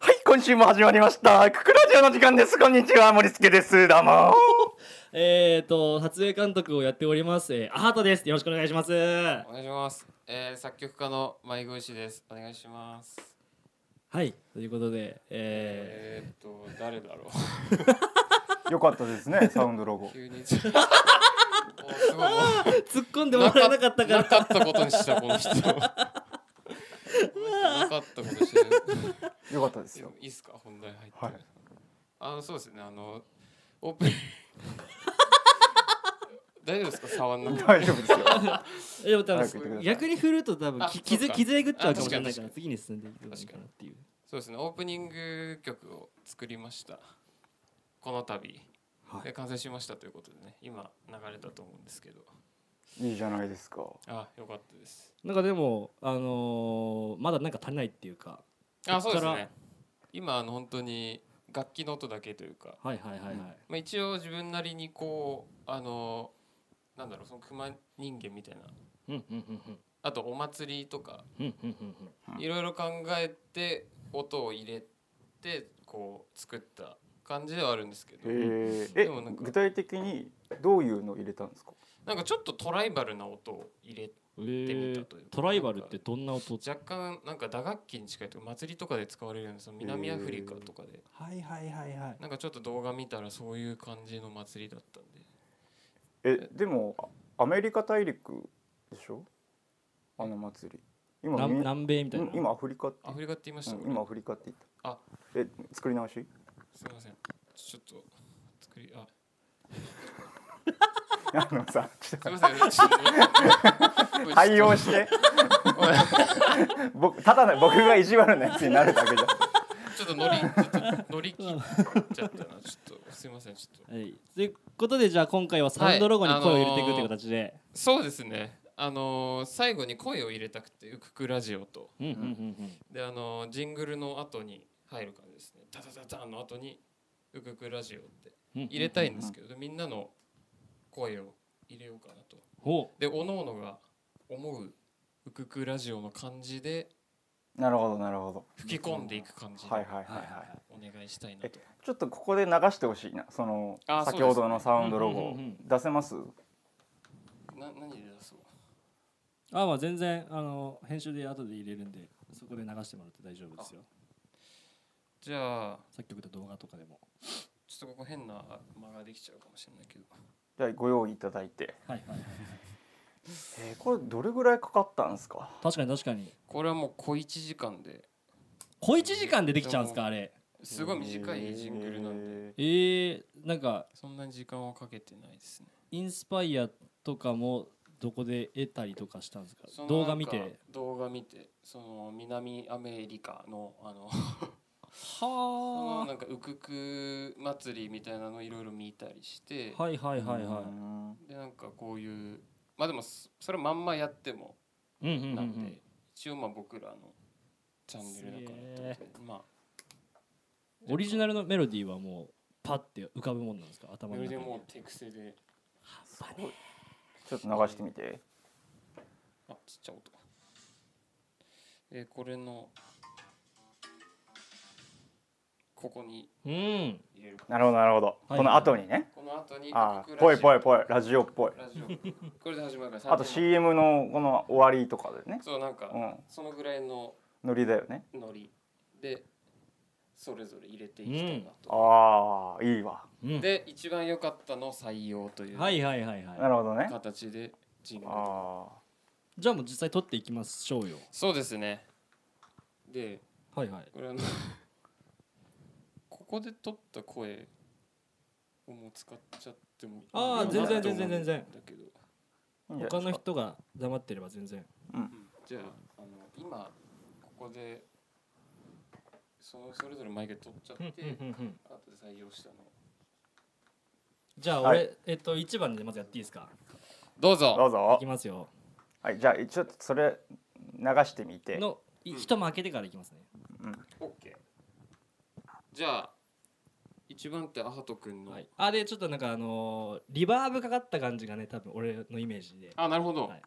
はい、今週も始まりました。ククラジオの時間です。こんにちは、森助です。どうも。えっ、ー、と、撮影監督をやっております、えー、アートです。よろしくお願いします。はお願いします。えー、作曲家の迷子石です。お願いします。い、ということで、ええー、っと誰だろよかったですね、サウンドロゴう。。急 に。おすごいもー、突っ込んでうもらえなかったから、なかったことにしたこの人。なかったことにしてよかったでするよ。。いいっすか本題入って。はいあのそうですねあのオープニング。大丈夫ですか触んなくて。大丈夫ですよ。で早く言っも多てくださ分い逆に振ると多分あき傷そうか傷えぐっちゃうかもしれないからあ確次かに確かにに進んでいくのかなっていう。そうですねオープニング曲を作りましたこの度、はいで完成しましたということでね今流れたと思うんですけどいいじゃないですか。あよかったですなんかでもあのー、まだなんか足りないっていうか。あこっそうかでらすね今あの本当に楽器の音だけというか、はいはいはいはい。まあ、一応自分なりにこうあのなんだろうその熊人間みたいなうんうんうんうんあとお祭りとかうんうんうんうん。いろいろ考えて音を入れてこう作った感じではあるんですけどえでもなんか具体的にどういうの入れたんですか。なんかちょっとトライバルな音を入れてえみーたという、かトライバルってどんな音？若干なんか打楽器に近いというか祭りとかで使われるようなその南アフリカとかではいはいはいはい。なんかちょっと動画見たらそういう感じの祭りだったんでえ、でもあアメリカ大陸でしょ。あの祭り。今南み南米みたいな。今アフリカってアフリカって言いましたうん今アフリカって言った。あ、え、作り直し？ すみません。ちょっと作りあ、あのさ、ちょっすみません。ちょっとと対応して。ごめ ん僕ただね僕が意地悪なやつになるだけじゃん。ちょっと乗りちょっと乗り切っちゃったな。ちょっとすみません。ちょっとはい、ということでじゃあ今回はサウンドロゴに声を入れていくっていう形で、そうですね。あのー最後に声を入れたくてククラジオとうんうんうんうんであのージングルの後に入る感じですね。タタタタンの後にウククラジオってうん入れたいんですけど、みんなの声を入れようかなと。ほで各々が思うウククラジオの感じでなるほどなるほど。吹き込んでいく感じではいはいはいははいはいい。お願いしたいなえとちょっとここで流してほしいなそのあ先ほどのサウンドロそうゴですねうんうん出せますな何で出そうあまあ全然あの編集で後で入れるんでそこで流してもらって大丈夫ですよじゃあ作曲と動画とかでもちょっとここ変な間ができちゃうかもしれないけどじゃあご用意いただいて、はいはい、はい、えーこれどれぐらいかかったんですか確かに確かにこれはもう小1時間で小1時間でできちゃうんですかあれすごい短いジングルなんででえー、なんかそんなに時間をかけてないですねインスパイアとかもどこで得たりとかしたんですかその動画見なんかて動画見てその南アメリカのあのそのはなんかウクク祭りみたいなのいろいろ見たりしてあはいはいはいはでなんかこういうまあでもそそれまんまやってもいうんうんうんうなんで、ん一応まあ僕らのチャンネルだからってことでまあオリジナルのメロディーはもうパッて浮かぶもんなんですか頭のそれ中でにもう手癖でちょっと流してみてあちっちゃい音でこれのここにうん入れるなるほどなるほど、はいこの後にねこの後にあ僕ーらぽいぽいしぽいラジオっぽいラジオこれで始まるからあと30 CM のこの終わりとかでね、そうなんか、うん、そのぐらいのノリだよねノリでそれぞれ入れていきたいなと、ああいいわうんで一番良かったの採用というはいはいはいはいなるほどね形でジングルあじゃあもう実際撮っていきましょうよそうですねではいはいこれあの ここで撮った声をもう使っちゃってもあーいいか全な然と思うん全然全然だけど、あいいんじゃ他ないのですか人が黙ってれば全然うんじゃああの今ここでそのそれぞれ眉毛撮っちゃって後で採用したのじゃあ俺、はいえっと1番でまずやっていいですかどどうぞういぞきますよはいじゃあちょっとそれ流してみてのい一幕開けてからいきますねオッケーじゃあ一番手アハト君の、はいあでちょっとなんかあのーリバーブかかった感じがね多分俺のイメージであなるほど、はい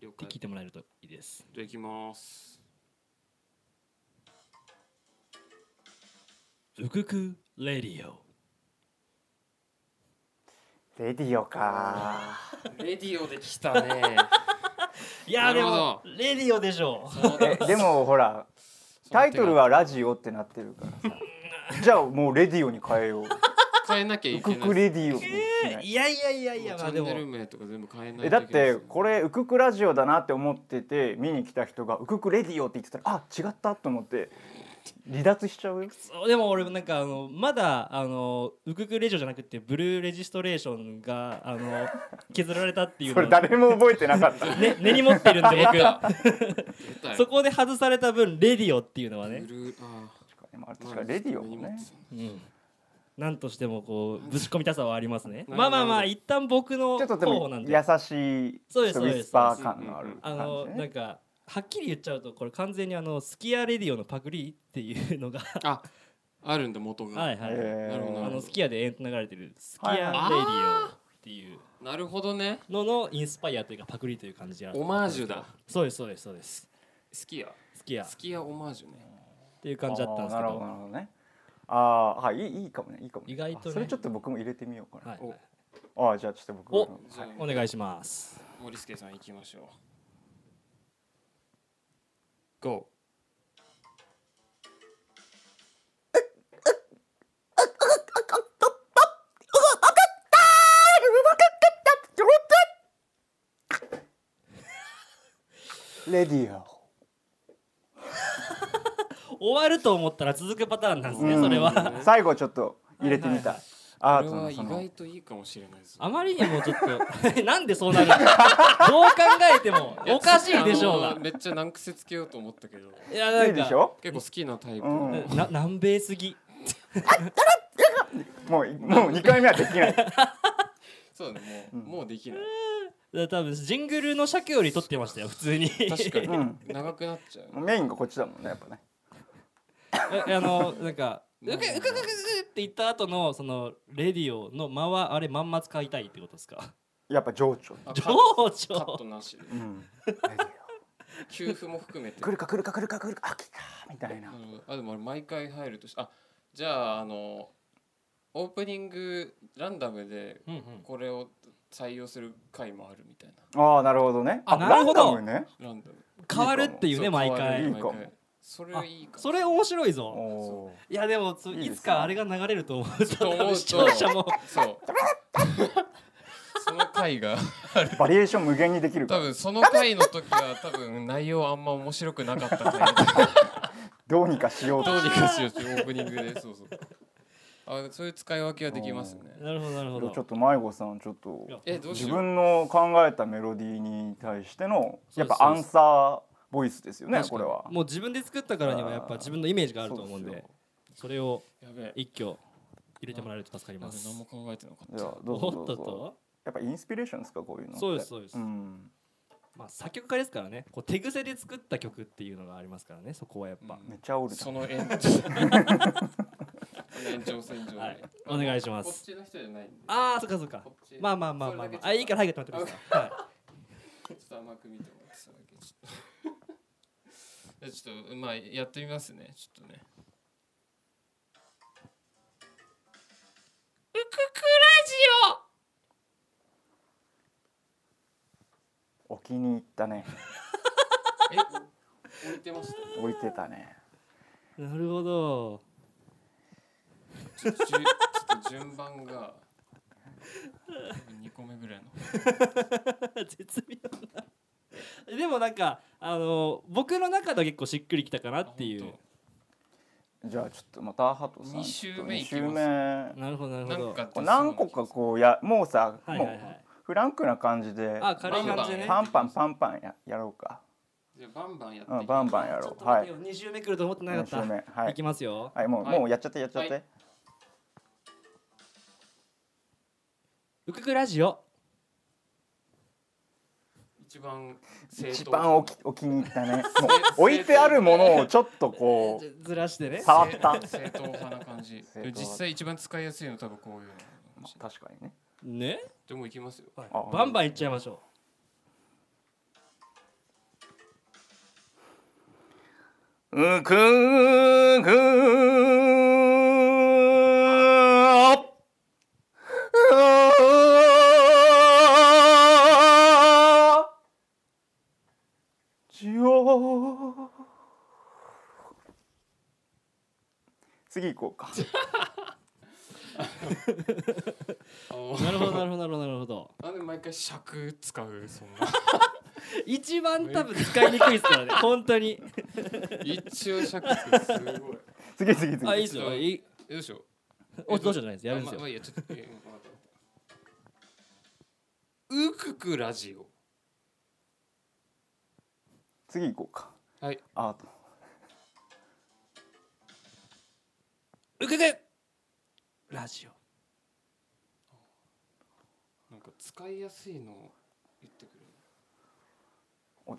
了で解聞いてもらえるといいですじゃあいきますウククレディオレディオかレディオで来た ねいやーでなるもほレディオでしょそのえでもほらタイトルはラジオってなってる からさじゃあもうレディオに変えよう変えなきゃウいけクなクいレディオにしないいやいやいやいやチまあでャンもネル名とか全部変えないえだってこれれウククラジオだなって思ってて見に来た人がウククレディオって言ってたらあ違ったと思って離脱しちゃうよそうでも俺なんかあのまだあのウククレジオじゃなくてブルーレジストレーションがあの削られたっていうそのれ誰も覚えてなかったね根に持ってるんで 僕出たよそこで外された分レディオっていうのはブね、ルーあ確かにまあー確かにレディオもねうん、なんとしてもこうぶち込みたさはありますねなるほどまあまあまあ一旦僕のちょっと候で補もなん優でしいそうウですそうですィスパー感のあるあ感のじなんねかはっきり言っちゃうとこれ完全にあのスキヤレディオのパクリっていうのがああるんだ元 がはいはい、えなるほどあなるのほスキヤで永遠と流れてるスキヤはレいデはいィオっていうどなるほどねののインスパイアというかパクリという感じやオマージュだそうですそうですそうです好きやスキヤっ好きやオマージュねていう感じだったんですけあーなるどほどなるほどねああーはいいいいいかもねいいかもね意外とねあそれちょっと僕も入れてみようかな、はい、はいああじゃあちょっと僕おもじゃあお願いします森助さん行きましょう GO レディオ終わると思ったら続くパターンなんですね、うんそれは最後ちょっと入れてみた、アーこれトのは意その外といいかもしれないですあまりにもちょっとなんでそうなるのどう考えてもおかしいでしょうあがのめっちゃ難癖つけようと思ったけどいやないんかいでしょ結構好きなタイプ、うんな南米すぎもうもう2回目はできないそうだねもう、もうできないだから多分ジングルの尺より取ってましたよ普通に確かに、うん長くなっちゃうメインがこっちだもんねやっぱねえあのなんか「うかうかうかうか」って言った後のそのレディオの間はあれまんま使いたいってことですかやっぱ情緒、あカ情カッ緒トなしでうん、給付も含めて来るか来るか来るか来るかあ来たみたいななるほどあでもあれ毎回入るとしあじゃああのオープニングランダムでうんうんこれを採用する回もあるみたいああなるほどねあなるほどランダムねなランダム変わるっていうそね毎変わる回いいかも毎回それあいいかもそれ面白いおぞおいやでもついいですいねつかあれが流れると思うとと思うと視聴者もそう その回がーバリエーション無限にできるか多ら分その回の時は多分内容あんま面白くなかった回どうにかしようと どうにかしようっていうオープニングでそうそうあそういう使い分けはできますねなるほどなるほどちょっと迷子さんちょっといやえどうし自よう分の考えたメロディーに対してのやっぱそうアでンすサーボイスですよね確かこにれはもう自分で作ったからにはやっぱ自分のイメージがあると思うんそうでですよそれをやべえ一挙入れてもらえると助かりなまんです何も考えてなかっじゃあたどうぞどおうっぞとっとやっぱインスピレーションですかこういうのってそうですそうですんまあ作曲家ですからねこう手癖で作った曲っていうのがありますからねそこはやっぱ、めっちゃおるじゃそんの延長その延長 線上で、はいお願いしますこっちの人じゃないんでああそっかそっかこっちまあまあまあまあ、まそれだけあ、あいいから早くやってもらっていいですか、はい、ちょっと甘く見てもらってただけちょっとじゃあちょっとまあやってみますねちょっとねウククラジオお気に入ったねえ置いてました置いてたねなるほど ちょっとじゅちょっと順番が2個目ぐらいの絶妙なでもなんかあの僕の中では結構しっくりきたかなっていうあ本じゃあちょっとまたハトさん二周目2いきます周目なるほどなるほなんどかこう何個かこうやもうさ、はいはいはもういフランクな感じであ軽い感じでねパンパンパンパンややろうか、じゃあバンバンやっていきうますん、バンバンやちょろっうとは待いてよ2周目来ると思ってなか2った、周目はいいきますよはいもう、はいもうやっちゃってやっちゃって、はいウククラジオ一番正一当番おきお気に入った ねもう置いてあるものをちょっとこうずずらしてね触った正正統派な感じ 正統でも派実際一番使いやすいの多分こういうの確かにねね、でもいきますよはいあバンバンいっちゃいましょううくくー次行こうかあのなるほどなるほどなるほどなるほどなんで毎回尺使うそんな一番多分使いにくいですから ね本当に 一応尺使うすごい次次次あいいですよいいえどうしようおどうしようじゃないですやるんですあまよまあいいやちょっとえわかったうくくラジオ次行こうかはいアートうくくラジオなんか使いやすいのを言ってくるおう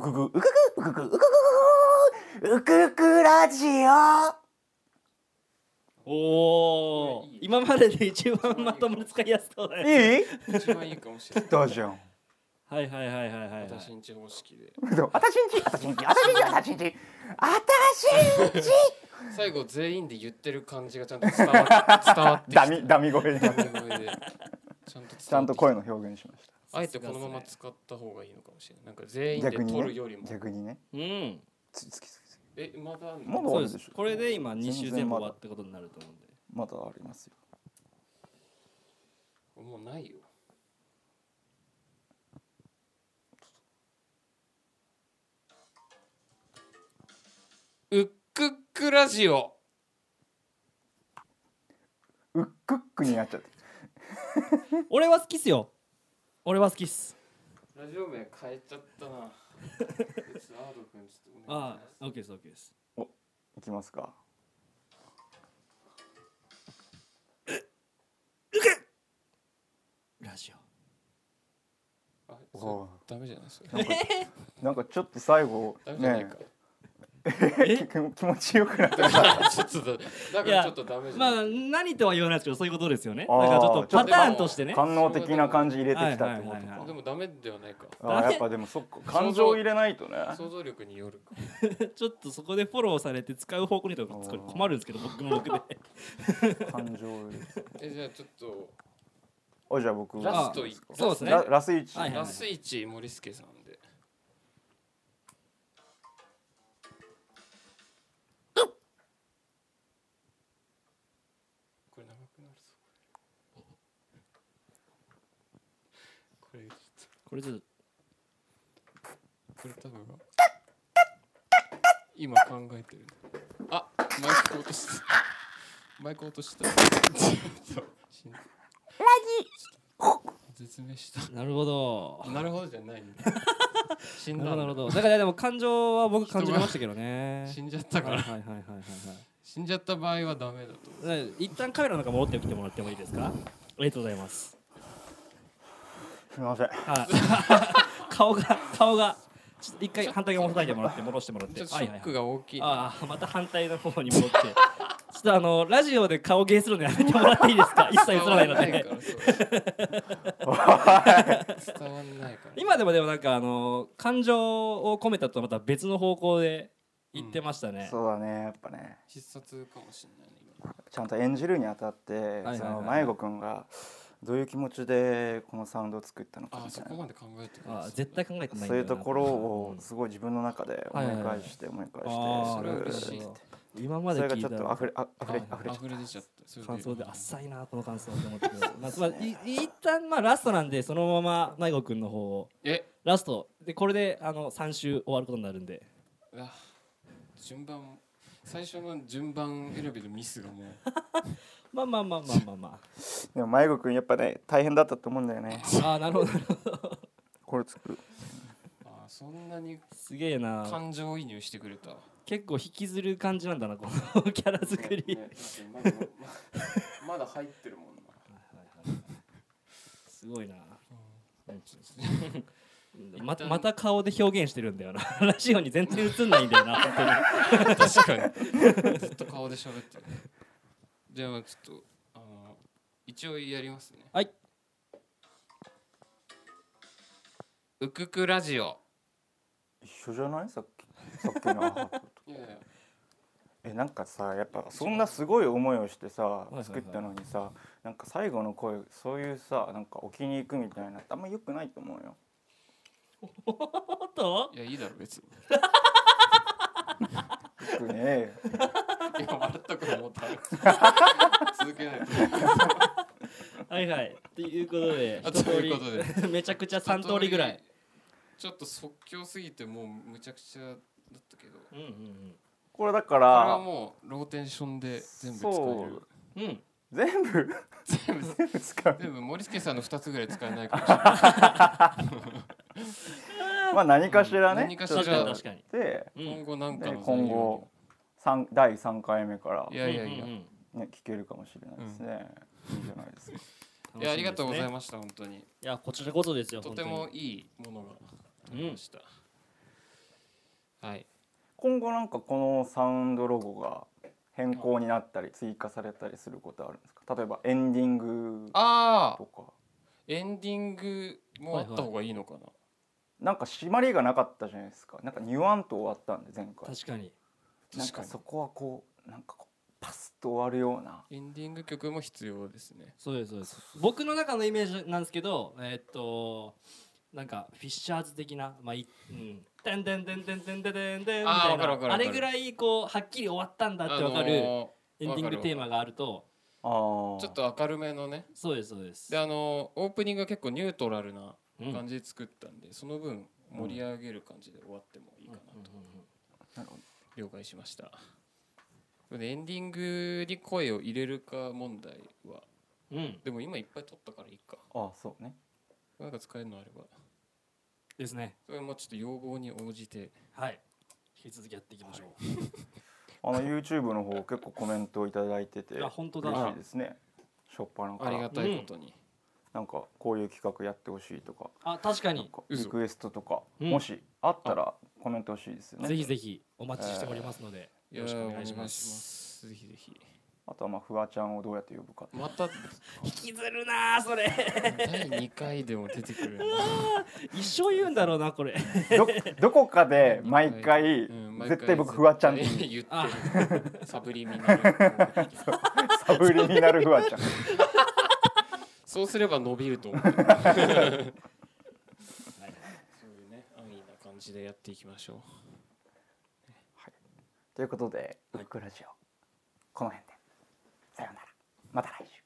くくうくくうくくうくくうくくうくくうくくラジオおおいいよ今までで一番まともに使いやすそうだねいい一番いいかもし れないだじゃんはいはいはいはいはい、はい、私んち方式で私んち私んち私んち私んち私んち最後全員で言ってる感じがちゃんと伝わっ伝わってきダたミダミ声でダミ声でちゃんと伝わってきたちゃんと声の表現しましあえてこのまま使った方がいいのかもしれないなんか全た員で逆に取ねるよりも逆にねうんつつきつきつきえまだあんまのだそうですこれで今2週全部終わったことになると思うんでまだありますよもうないようっくっくラジオうっくっくになっちゃって俺は好きっすよ俺は好きっすラジオ名変えちゃったな 別にアード君ちょっとお願あいしますあ OK です OK ですいきますかラジあおうそれダメじゃないですかなんかなんかちょっと最後ダメじゃないねか、 え気持ちよくなったあ ちょっとだだいからやちょっとダメじゃないまあ何とは言わないですけどそういうことですよねだあーからちょっとパターンとしてね官能的な感じ入れてきたってことはいはいかはでもダメではないかあーやっぱでもそっか感情入れないとね想像力によるかちょっとそこでフォローされて使う方向にとかあー困るんです けど僕も僕で感情入れえじゃあちょっとあじゃあ僕ラストいそうですねララス一はいはいラスイチ森助さんでこれ長くなるぞこれここれちょっとれこれ多分今考えてるあマイク落としたマイク落としたちょっとしん絶命したなるほどなるほどじゃないんだ。死んなるだほどなんだるほどだからでも感情は僕感じれましたけどね死んじゃったかはいら。はいはいはいはいはい 死んじゃった場合はダメだと。ね一旦カメラの中戻ってきてもらってもいいですかありがとうございますすみませんはい 顔が顔がちょっと一回反対側も叩いてもらって戻してもらってちょっとショックがが大きい。ああまた反対の方に戻ってちょっとあのラジオで顔芸するのやめてもらっていいですか一切映伝らわないんのないでからそう伝わんないから。今でもでもなんかあの感情を込めたとまた別の方向で言ってましたね、そうだねやっぱね必殺かもしれないね。ちゃんと演じるにあたって、はいはいその迷子くんがどういう気持ちでこのサウンドを作ったのか今あみそたいこなまで考えてくあれあて絶対考えてないんだよなそういうところをすごい自分の中で思いはいはい返はいして思い返あしあそてれなるは嬉ほしいど今まそでれが聞いちょたっとあふれああふれあふれちゃっ溢れ出ちゃった。それ感想であっさいなこの感想って思ってくるまあつまりい一旦まあラストなんでそのまま迷子くんの方をえ、ラストでこれであの3週終わることになるんであ順番最初の順番選びのミスがもう。まあまあまあまあまあまたでも迷子くんやっぱね大変だったと思うんだよねあ ああなるほどなるほどこれ作るあそんなにすげえな感情移入してくれた。結構引きずる感じなんだなこの キャラ 作り、ねねまだまだ入ってるもんな。すごいな、うんままた顔で表現してるんだよなラジオに全然映んないんだよな本当に確かにずっと顔で喋ってるじゃあちょっとあの一応やりますねはいうくくラジオ一緒じゃないさっきさっきのいやいやえなんかさやっぱそんなすごい思いをしてさいはいはい作ったのにさなんか最後の声そういうさなんか置きに行くみたいなってあんま良くないと思うよおっといやいいだろ別によくねえよ今笑ったから思った 続けないとはいはいということであ一と通いうことでりめちゃくちゃ3通りぐらいちょっと即興すぎてもうむちゃくちゃだったけどこうんうんこれだかれはらもうローテンションで全部使そえるううんうん全部全部全部使 う全部森助さんの2つぐらい使えないかもしれないまあ何かしらね何かしら確ちかょにっと確かにでうん今後なんかでの今後三第3回目からい、やいやいや、うんうんうんね、聞けるかもしれないですね、いいじゃないですかいやありがとうございすました本当にいやこちらこそですよと本て当にもいいものが取れました、はい今後なんかこのサウンドロゴが変更になったり追加されたりすることあるんですか例えばエンディングああとかエンディングもあった方がいいのかな、なんか締まりがなかったじゃないですかなんかニュアンと終わったんで前回確かになん確かかにそこはこうなんかこうパスッと終わるようなエンディング曲も必要ですねそうですそうです僕の中のイメージなんですけどえーっとなんかフィッシャーズ的なまあいうん「てんてんてんてんてんてんてんてん」みあーたいわかるわかなるわあかるれぐらいこうはっきり終わったんだってわかるあエンのディングテーマがあるとあーーちょっと明るめのねそうですそうですであのオープニングは結構ニュートラルなうん感じで作ったんで、その分盛り上げる感じで終わってもいいかなと、なるほど了解しましたでエンディングに声を入れるか問題はうんでも今いっぱい撮ったからいいかあーそうねなんか使えるのあればですねそれもちょっと要望に応じてはい引き続きやっていきましょあの YouTube の方結構コメントをいただいててあ本当だ嬉しいですねしょっぱなかありがらたいことに、なんかこういう企画やってほしいとかうあ確かなんにかリ嘘クエストとかうんもしあったらコメント欲しいですよねぜひぜひお待ちしておりますのでいよろやしくーお願いしますお願いしますぜひぜひあとはまあフワちゃんをどうやって呼ぶかまた引きずるなーそ れ第2回でも出てくるな一生言うんだろうなこれどどこかで 毎回うん毎回絶対僕フワちゃんって絶言う対言あってるサブリミ ナルサブリミナルフワちゃんそうすれば伸びると 思うそういうね安易な感じでやっていきましょうということで「ウックラジオ」この辺でさようならまた来週